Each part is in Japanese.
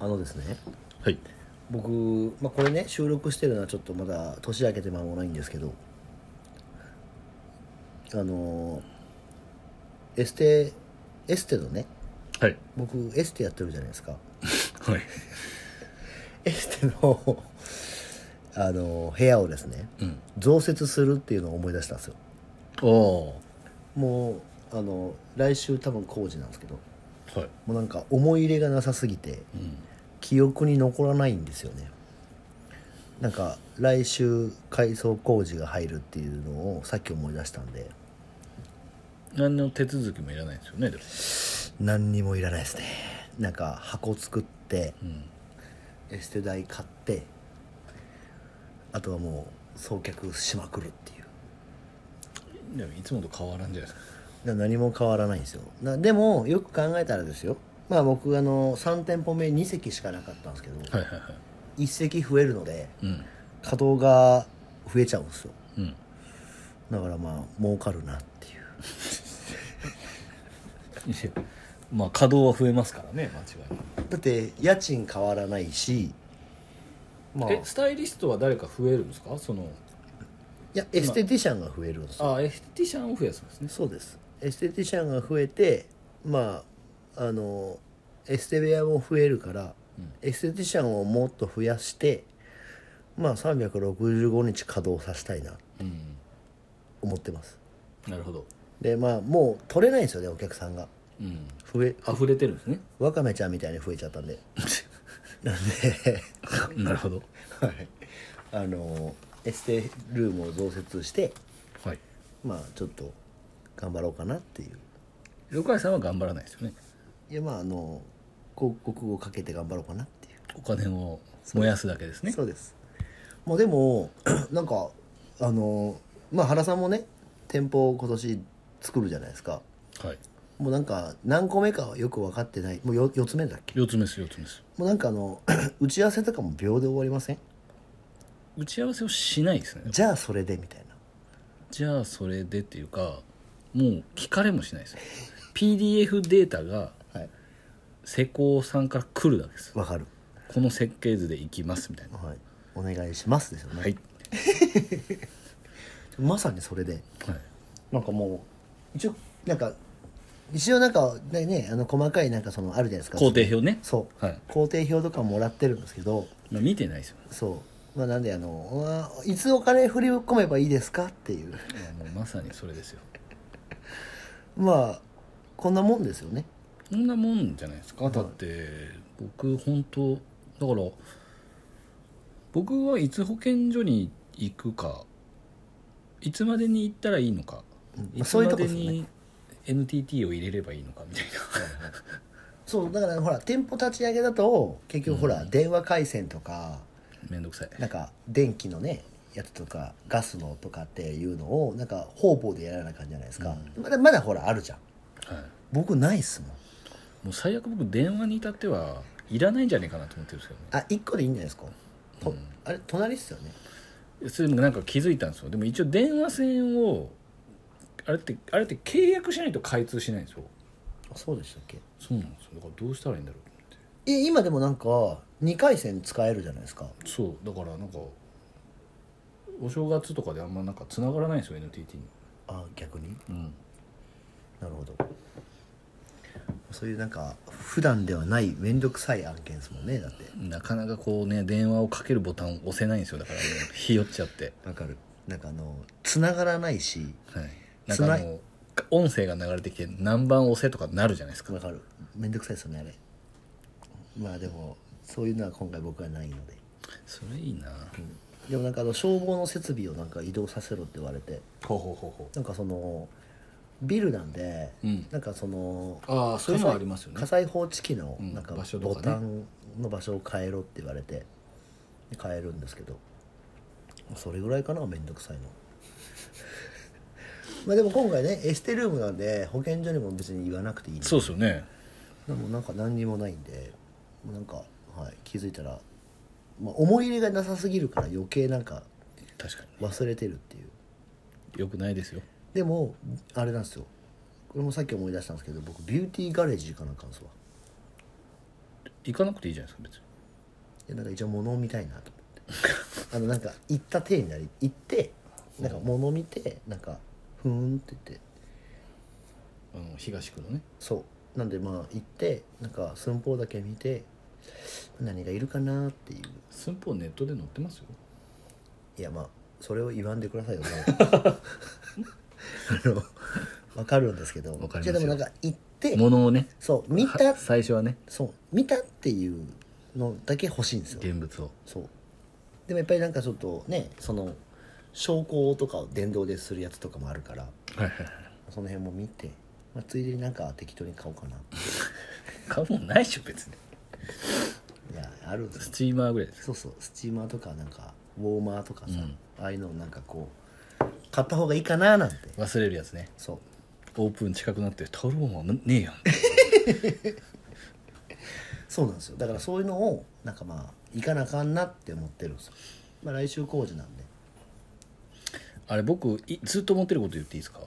あのですねはい僕、まあ、これね収録してるのはちょっとまだ年明けて間もないんですけどあのーエステエステのねはい僕エステやってるじゃないですかはいエステの あのー部屋をですねうん増設するっていうのを思い出したんですよああもうあの来週多分工事なんですけどはいもうなんか思い入れがなさすぎてうん記憶に残らないんですよねなんか来週改装工事が入るっていうのをさっき思い出したんで何の手続きもいらないですよねでも何にもいらないですねなんか箱作ってうんエステ代買ってあとはもう送客しまくるっていうでもいつもと変わらんじゃないですかだから何も変わらないんですよなでもよく考えたらですよまあ僕あの3店舗目2席しかなかったんですけど、はいはいはい1席増えるのでうん稼働が増えちゃうんですようんだからまあ儲かるなっていうまあ稼働は増えますからね間違いなくだって家賃変わらないしまあいえスタイリストは誰か増えるんですかそのやエステティシャンが増えるんですよあエステティシャンを増やすんですねそうですエステティシャンが増えてまああのエステ部屋も増えるから、エステティシャンをもっと増やしてまあ365日稼働させたいなうん思ってますなるほどでまあもう取れないんですよねお客さんがうん増え溢れてるんですねワカメちゃんみたいに増えちゃったん でなんでなるほどはいあのエステルームを増設してはいまあちょっと頑張ろうかなっていう六海さんは頑張らないですよねいやまああの広告をかけて頑張ろうかなっていう、お金を燃やすだけですねそうですまあでも なんかあのまあ原さんもね店舗を今年作るじゃないですかはいもうなんか何個目かはよく分かってないもう 4, 四つ目だっけ四つ目です四つ目ですもうなんかあの 打ち合わせとかも秒で終わりません打ち合わせをしないですねじゃあそれでみたいなじゃあそれでっていうかもう聞かれもしないです PDF データがはい施工さんから来るだけですわかるこの設計図でいきますみたいなはいお願いしますですよね、はい、まさにそれではい、なんかもう一応なんか一応なんかねねあの細かいなんかそのあるじゃないですか工程表ねそう、はい工程表とかもらってるんですけどまあ見てないですよそうまあなんであのうわいつお金振り込めばいいですかっていういやもうまさにそれですよまあこんなもんですよねそんなもんじゃないですかだって僕本当だから僕はいつ保健所に行くかいつまでに行ったらいいのか、うんまあいつそういうまとこでですよねに NTT を入れればいいのかみたいなそうだからほら店舗立ち上げだと結局ほら、電話回線とか めんどくさいなんか電気のねやつとかガスのとかっていうのをなんか方々でやらなあかんじゃないですか、まだまだほらあるじゃんはい、僕ないっすもんもう最悪僕電話に至ってはいらないんじゃねえかなと思ってるんですけどねあ一1個でいいんじゃないですかと、あれ隣っすよねそれでもなんか気づいたんですよでも一応電話線をあれってあれって契約しないと開通しないんですよあそうでしたっけそうなんですよだからどうしたらいいんだろうと思ってえ今でもなんか2回線使えるじゃないですかそうだからなんかお正月とかであんまなんか繋がらないんですよ NTT に、あ逆にうん、なるほどそういうなんか普段ではない面倒くさい案件ですもんねだってなかなかこうね電話をかけるボタンを押せないんですよだから、ね、ひよっちゃってわかるなんかあの繋がらないしはいなんかあの音声が流れてきて何番押せとかなるじゃないですかわかる面倒くさいですよねあれまあでもそういうのは今回僕はないので、それいいなうんでもなんかあの消防の設備をなんか移動させろって言われてほうほうほうほなんかそのビルなんで、うんなんかそのああそういうのはありますよね火災報知器のうんなんか場所とかねボタンの場所を変えろって言われて変えるんですけどそれぐらいかな面倒くさいの まあでも今回ねエステルームなんで保健所にも別に言わなくていいんでそうですよねでもなんか何にもないんでなんか、はい、気づいたら、まあ、思い入れがなさすぎるから余計なんか確か忘れてるっていうによくないですよでもあれなんですよこれもさっき思い出したんですけど僕ビューティーガレージ行かなあかんすわ行かなくていいじゃないですか別やになんか一応物を見たいなと思って あのなんか行った体になり行ってなんか物見てなんかふーんって言ってあの東区のねそうなんでまあ行ってなんか寸法だけ見て何がいるかなっていう寸法ネットで載ってますよいやまあそれを言わんでください よもうあのわかるんですけどわかりますじゃよあでもなんか行ってものをねそう見はた最初はねそう見たっていうのだけ欲しいんですよ現物をそうでもやっぱりなんかちょっとねその証拠とかを電動でするやつとかもあるからはいはいはいその辺も見て、まあ、ついでになんか適当に買おうかな買うもんないでしょ別にいやあるんですスよチーマーぐらいですそうそうスチーマーとかなんかウォーマーとかさ、うんああいうのをなんかこう買った方がいいかななんて忘れるやつねそうオープン近くなってタオルウォーマーねえやんそうなんですよだからそういうのをなんかまあ行かなあかんなって思ってるんですよまあ来週工事なんであれ僕いずっと思ってること言っていいですか、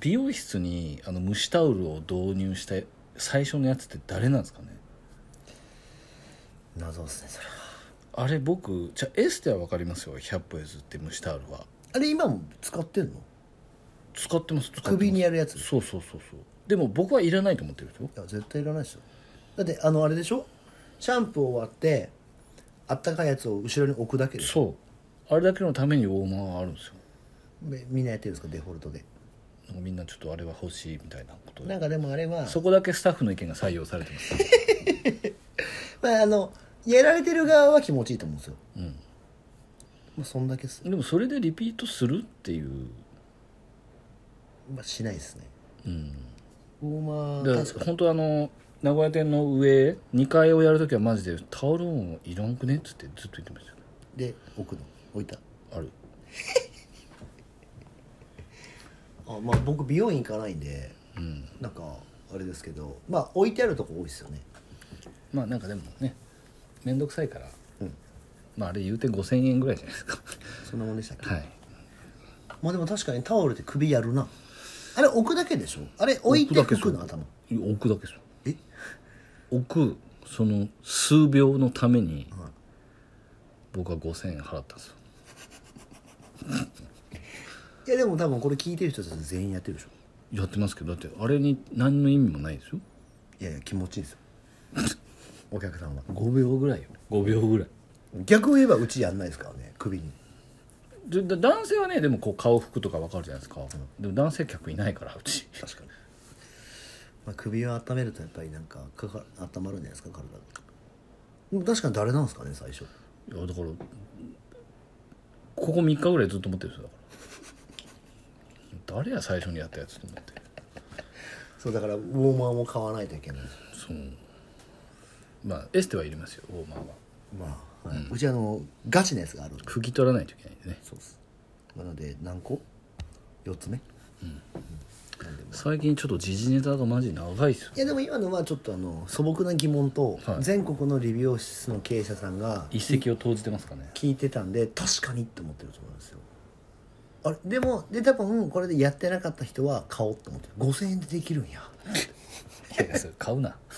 美容室にあの蒸しタオルを導入した最初のやつって誰なんですかね謎ですねそれはあれ僕じゃあエステは分かりますよ100歩譲って蒸しタオルはあれ今も使ってんの使ってます使ってます首にやるやついそうそうそうそうでも僕はいらないと思ってるでしょや絶対いらないでしょだってあのあれでしょシャンプー終わってあったかいやつを後ろに置くだけでしょそうあれだけのためにウォーマーがあるんですよみみんなやってるんですかデフォルトでなんかみんなちょっとあれは欲しいみたいなことでなんかでもあれはそこだけスタッフの意見が採用されて ます、まああのやられてる側は気持ちいいと思うんですようん、まあそんだけっす、でもそれでリピートするっていう、まあ、しないですねうん、ウォーマでー確か本当あの名古屋店の上2階をやるときはマジでタオルもいらんくねっつってずっと言ってましたよで置くの置いたあるあまあ僕美容院行かないんでうんなんかあれですけどまあ置いてあるとこ多いですよねまあなんかでもね面倒くさいから、うんまああれ言うて5000円ぐらいじゃないですか そんなもんでしたっけ、はいまあでも確かにタオルって首やるなあれ置くだけでしょあれ置いて置拭くくだのけ頭置くだけですよえ置くその数秒のために、僕は5000円払ったんですよいやでも多分これ聞いてる人たち全員やってるでしょやってますけどだってあれに何の意味もないですよいやいや気持ちいいですよ お客さんは5秒ぐらいよ5秒ぐらい逆を言えばうちやんないですからね首にでだ男性はねでもこう顔服とかわかるじゃないですか、でも男性客いないからうち確かに、まあ、首を温めるとやっぱりなんかかか温まるんじゃないですか体がでも確かに誰なんですかね最初いやだからここ3日ぐらいず っと思ってるんですよだから誰や最初にやったやつと思ってそうだからウォーマーも買わないといけないそうまあエステは入れますよウォーマーはまあ、はいちあのガチなやつがあるんで拭き取らないといけないんでねそうですなので何個 ?4 つ目最近ちょっと時事ネタがマジ長いっすよいやでも今のはちょっとあの素朴な疑問と、はい全国の理美容室の経営者さんが一石を投じてますかね聞いてたんで確かにって思ってると思うんですよあれでもで多分これでやってなかった人は買おうって思ってる5000円でできるんやいやそれ買うな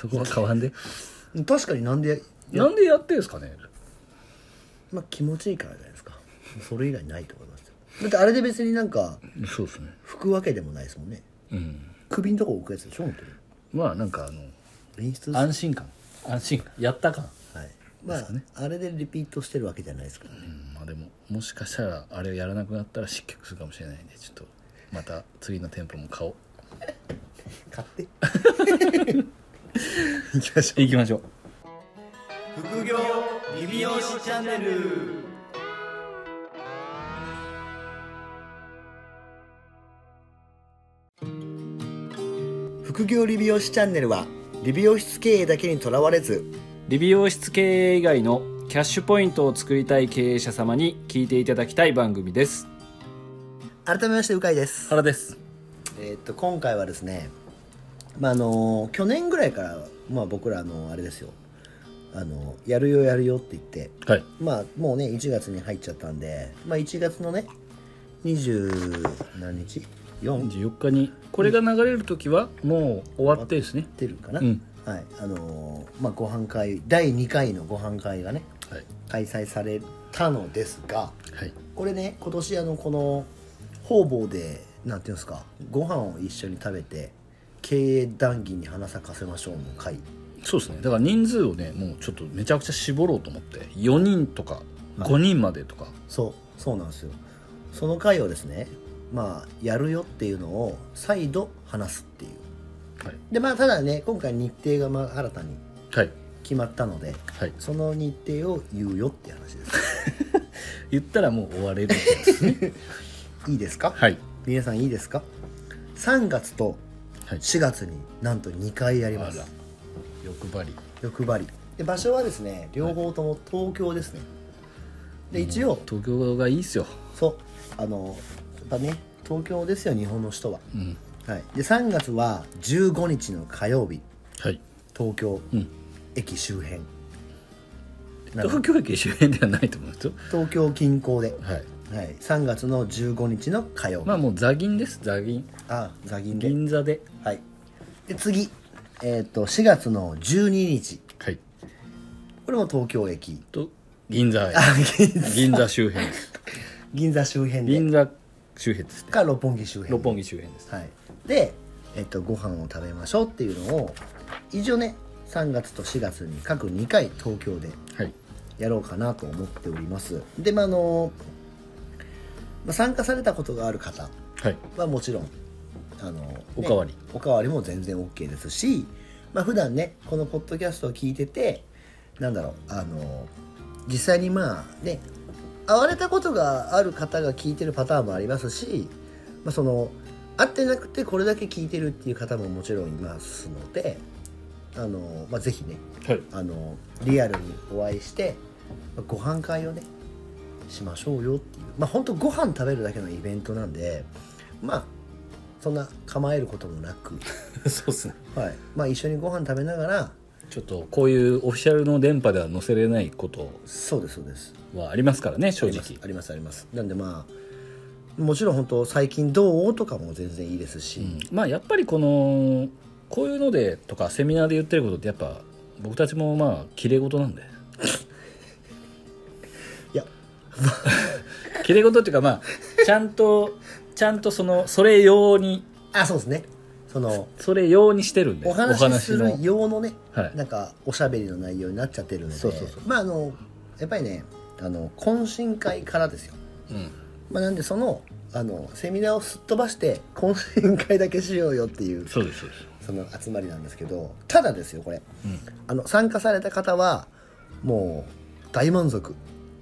そこは買わんで確かになんで、なんでやってんすかねまあ、気持ちいいからじゃないですかそれ以外ないと思いますよだってあれで別になんかそうですね拭くわけでもないですもんねうん首のとこ置くやつでしょ本まあなんかあの当に演出安心感安心感やった感はいまあ、あれでリピートしてるわけじゃないですからねうんまあでももしかしたらあれをやらなくなったら失脚するかもしれないんでちょっとまた次の店舗も買おう買って行きましょう行きましょう副業リビオシチャンネル副業理美容師チャンネルは理美容室経営だけにとらわれず理美容室経営以外のキャッシュポイントを作りたい経営者様に聞いていただきたい番組です改めましてうかいです、原ですえーっと今回はですねまああの去年ぐらいから、まあ、僕らあのあれですよあのやるよやるよって言ってはいまあもうね1月に入っちゃったんで、まあ、1月のね20何日4っ24日にこれが流れる時はもう終わってですね、てるかな、うんはいあのーまあご飯会第2回のご飯会がねはい開催されたのですがはいこれね今年あのこの方々でなんていうんですかご飯を一緒に食べて経営談義に花咲かせましょうの会そうですねだから人数をねもうちょっとめちゃくちゃ絞ろうと思って4人とか5人までとか、そうそうなんですよその会をですねまあやるよっていうのを再度話すっていうはいでまあただね今回日程がまあ新たにはい決まったのではいその日程を言うよって話です 言ったらもう終われるんですねいいですか、はい皆さんいいですか3月とはい4月になんと2回やりまあすら欲張り欲張りで場所はですね両方とも東京ですね、で一応東京がいいっすよそうあのやっぱね東京ですよ日本の人は、うんはい、で3月は15日の火曜日はい東京うん駅周辺、なるほ東ど京駅周辺ではないと思うんですよ東京近郊で、はいはい、3月の15日の火曜日、まあもう座銀です座銀あ座銀で銀座ではいで次えっ、と4月の12日はいこれも東京駅と銀座へあ 銀銀座周辺です銀座周辺で銀座周辺ですねか六本木周辺六本木周辺ですはい、で、えっと、ご飯を食べましょうっていうのを一応ね3月と4月に各2回東京ではいやろうかなと思っておりますでまああの、まあ、参加されたことがある方はいはもちろんあの、ねおかわりおかわりも全然 OK ですしまあ普段ねこのポッドキャストを聞いててなんだろうあの実際にまあね会われたことがある方が聞いてるパターンもありますし、まあ、その会ってなくてこれだけ聞いてるっていう方ももちろんいますのであの、まあ、ぜひね はいあのリアルにお会いしてまあご飯会をねしましょうよっていうまあ本当ご飯食べるだけのイベントなんでまあそんな構えることもな く、そうっすねはいまあ、一緒にご飯食べながらちょっとこういうオフィシャルの電波では載せれないことそうですそうですはありますからね正あり直ますありますありますなんでまあもちろん本当最近どうとかも全然いいですし、うんまあやっぱりこのこういうのでとかセミナーで言ってることってやっぱ僕たちもまあ綺麗事なんで いや綺麗事っていうかまあちゃんと ちゃんとそのそれ用にあそうですねそのそれ用にしてるんでお話しすのる用のねはいなんかおしゃべりの内容になっちゃってるのでそうそうそうまああのやっぱりねあの懇親会からですよ、うんまあ、なんでそのあのセミナーをすっ飛ばして懇親会だけしようよっていうそうですそうですその集まりなんですけどただですよこれうんあの参加された方はもう大満足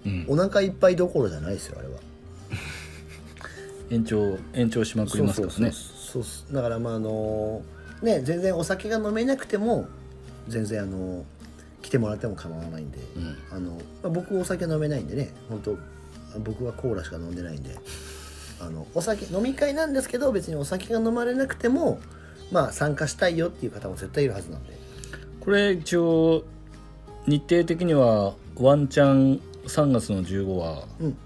うんお腹いっぱいどころじゃないですよあれは延長延長しまくりますからねそうそうそうだからまああのね全然お酒が飲めなくても全然あの来てもらっても構わないんで、うんあのまあ僕お酒飲めないんでね本当僕はコーラしか飲んでないんであのお酒飲み会なんですけど別にお酒が飲まれなくてもまあ参加したいよっていう方も絶対いるはずなんでこれ一応日程的にはワンチャン3月の15はうん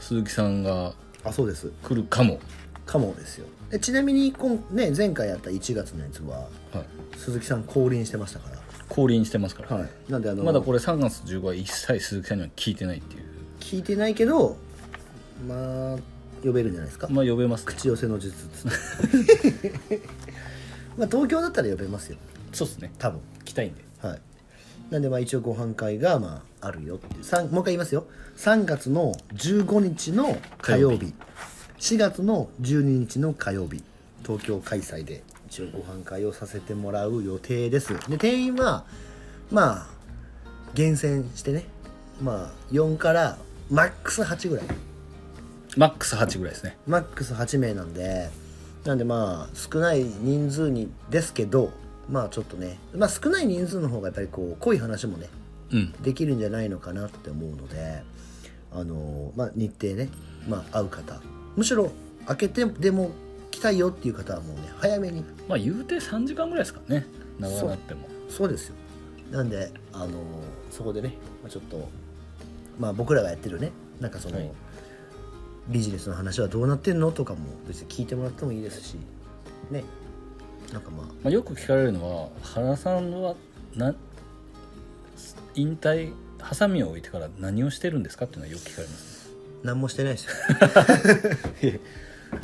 鈴木さんがあそうです来るかも、かもですよでちなみに今、ね、前回やった1月のやつははい、鈴木さん降臨してましたか降臨してますから、ら、はい、なんであのまだこれ3月15は一切鈴木さんには聞いてないっていう聞いてないけどまあ呼べるんじゃないですか、まあ呼べますね口寄せの術っつって まあ東京だったら呼べますよそうですね多分来たいんではいなんでまあ一応ご飯会がまああるよっていうさんもう一回言いますよ3月の15日の火曜日4月の12日の火曜日東京開催で一応ご飯会をさせてもらう予定ですで定員はまあ厳選してねまあ4からマックス8ぐらいマックス8ぐらいですねマックス8名なんでなんでまあ少ない人数にですけどまあちょっとねまあ少ない人数の方がやっぱりこう濃い話もねうんできるんじゃないのかなって思うのであのまあ日程ねまあ会う方むしろ開けてでも来たいよっていう方はもうね早めにまあ言うて3時間ぐらいですからね長そうなってもそうですよなんであのそこでね、まあ、ちょっとまあ僕らがやってるねなんかその、はいビジネスの話はどうなってんのとかも別に聞いてもらってもいいですしねなんかまあまあ、よく聞かれるのは原さんはな引退ハサミを置いてから何をしてるんですかっていうのはよく聞かれます、何もしてないです よ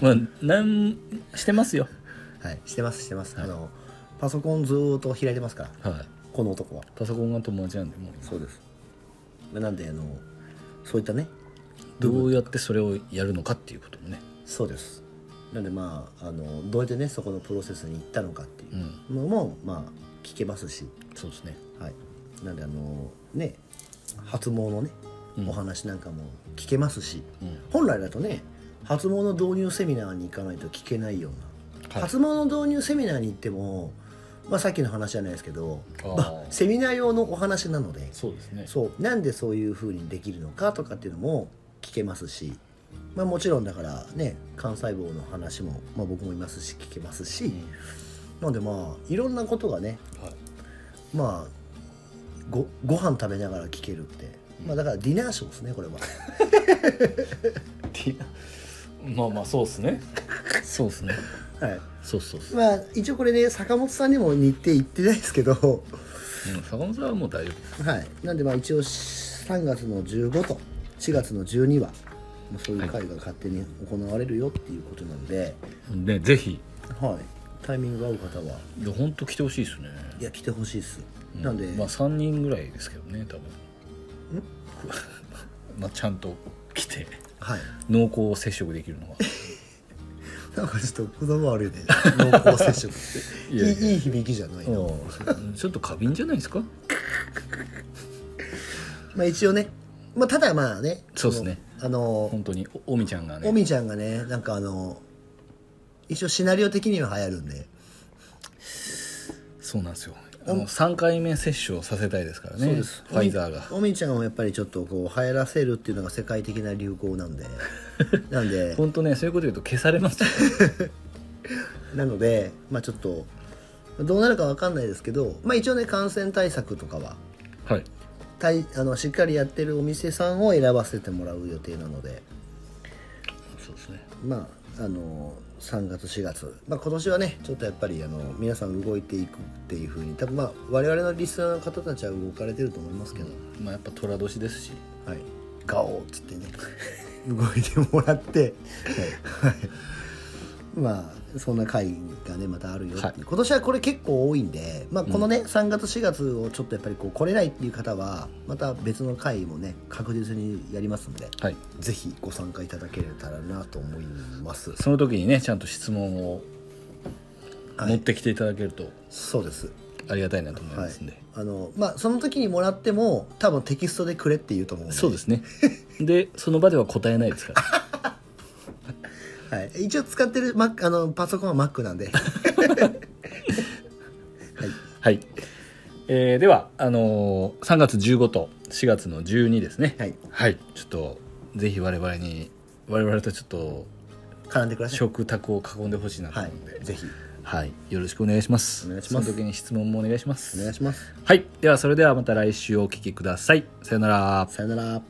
まあ、なんしてますよ、はいしてますしてます、あのパソコンずーっと開いてますからはい、この男はパソコンが友達なんでもう今そうですなんであのそういったねどうやってそれをやるのかっていうこともね、、そうですなんでまああのどうやってねそこのプロセスに行ったのかっていううんのも、まあ聞けますしそうですねはいなんであのね初詣のねうんお話なんかも聞けますし、うん本来だとね初詣の導入セミナーに行かないと聞けないような、はい初詣の導入セミナーに行っても、まあ、さっきの話じゃないですけどあーまあ、セミナー用のお話なのでそうですねそうなんでそういうふうにできるのかとかっていうのも聞けますし、まあ、もちろんだからね幹細胞の話も、まあ、僕もいますし聞けますし、なのでまあいろんなことがねはい、まあごご飯食べながら聞けるって、まあ、だからディナーショーですね これはまあまあそうですねそうですねはいそうそうそう、まあ一応これね坂本さんにも日程行ってないですけど うん、坂本さんはもう大丈夫ですはいなんでまあ一応3月の15と4月の12はもうそういう会が勝手に行われるよっていうことなんで、ねぜひはい、タイミング合う方はいや本当来てほしいですねいや来てほしいっす、なんで、まあ3人ぐらいですけどね多分 まあちゃんと来てはい濃厚接触できるのはなんかちょっと言葉悪いね濃厚接触ってい いやいやいいい響きじゃないの、うんちょっと過敏じゃないですかまあ一応ね、まあ、ただまあねそうっすねあの本当におおみちゃんがおねみちゃんがねなんかあの一応シナリオ的には流行るんでそうなんですよあの3回目接種をさせたいですからねファイザーがおみちゃんもやっぱりちょっとこう流行らせるっていうのが世界的な流行なんで なんで本当ねそういうこと言うと消されますよなのでまあちょっとどうなるかわかんないですけどまあ一応ね感染対策とかは はいたいあのしっかりやってるお店さんを選ばせてもらう予定なのでそうですねまああの3月4月、まあ、今年はねちょっとやっぱりあの皆さん動いていくっていうふうに多分まあ我々のリスナーの方たちは動かれてると思いますけど、まあやっぱ寅年ですしはい、ガオーっつってね動いてもらって、はい、まあそんな会がねまたあるよっていう、はい今年はこれ結構多いんで、まあ、このね、3月4月をちょっとやっぱりこう来れないっていう方はまた別の会もね確実にやりますので、はいぜひご参加いただけたらなと思いますその時にねちゃんと質問をはい持ってきていただけるとそうですありがたいなと思いはまいすんで、あのまあその時にもらっても多分テキストでくれって言うと思うん、そうですすねでその場では答えないです からはい、一応使ってる Mac あのパソコンは Mac なん ではい、えーではあのー3月15と4月の12ですねはいちょっとぜひ我々に我々とちょっと絡んでください食卓を囲んでほしいなとは思いうんで、はいぜひよろしくお願いしますお願いしますその時に質問もお願いしまおす願いしますはいではそれではまた来週お聞きくださいさよならさよなら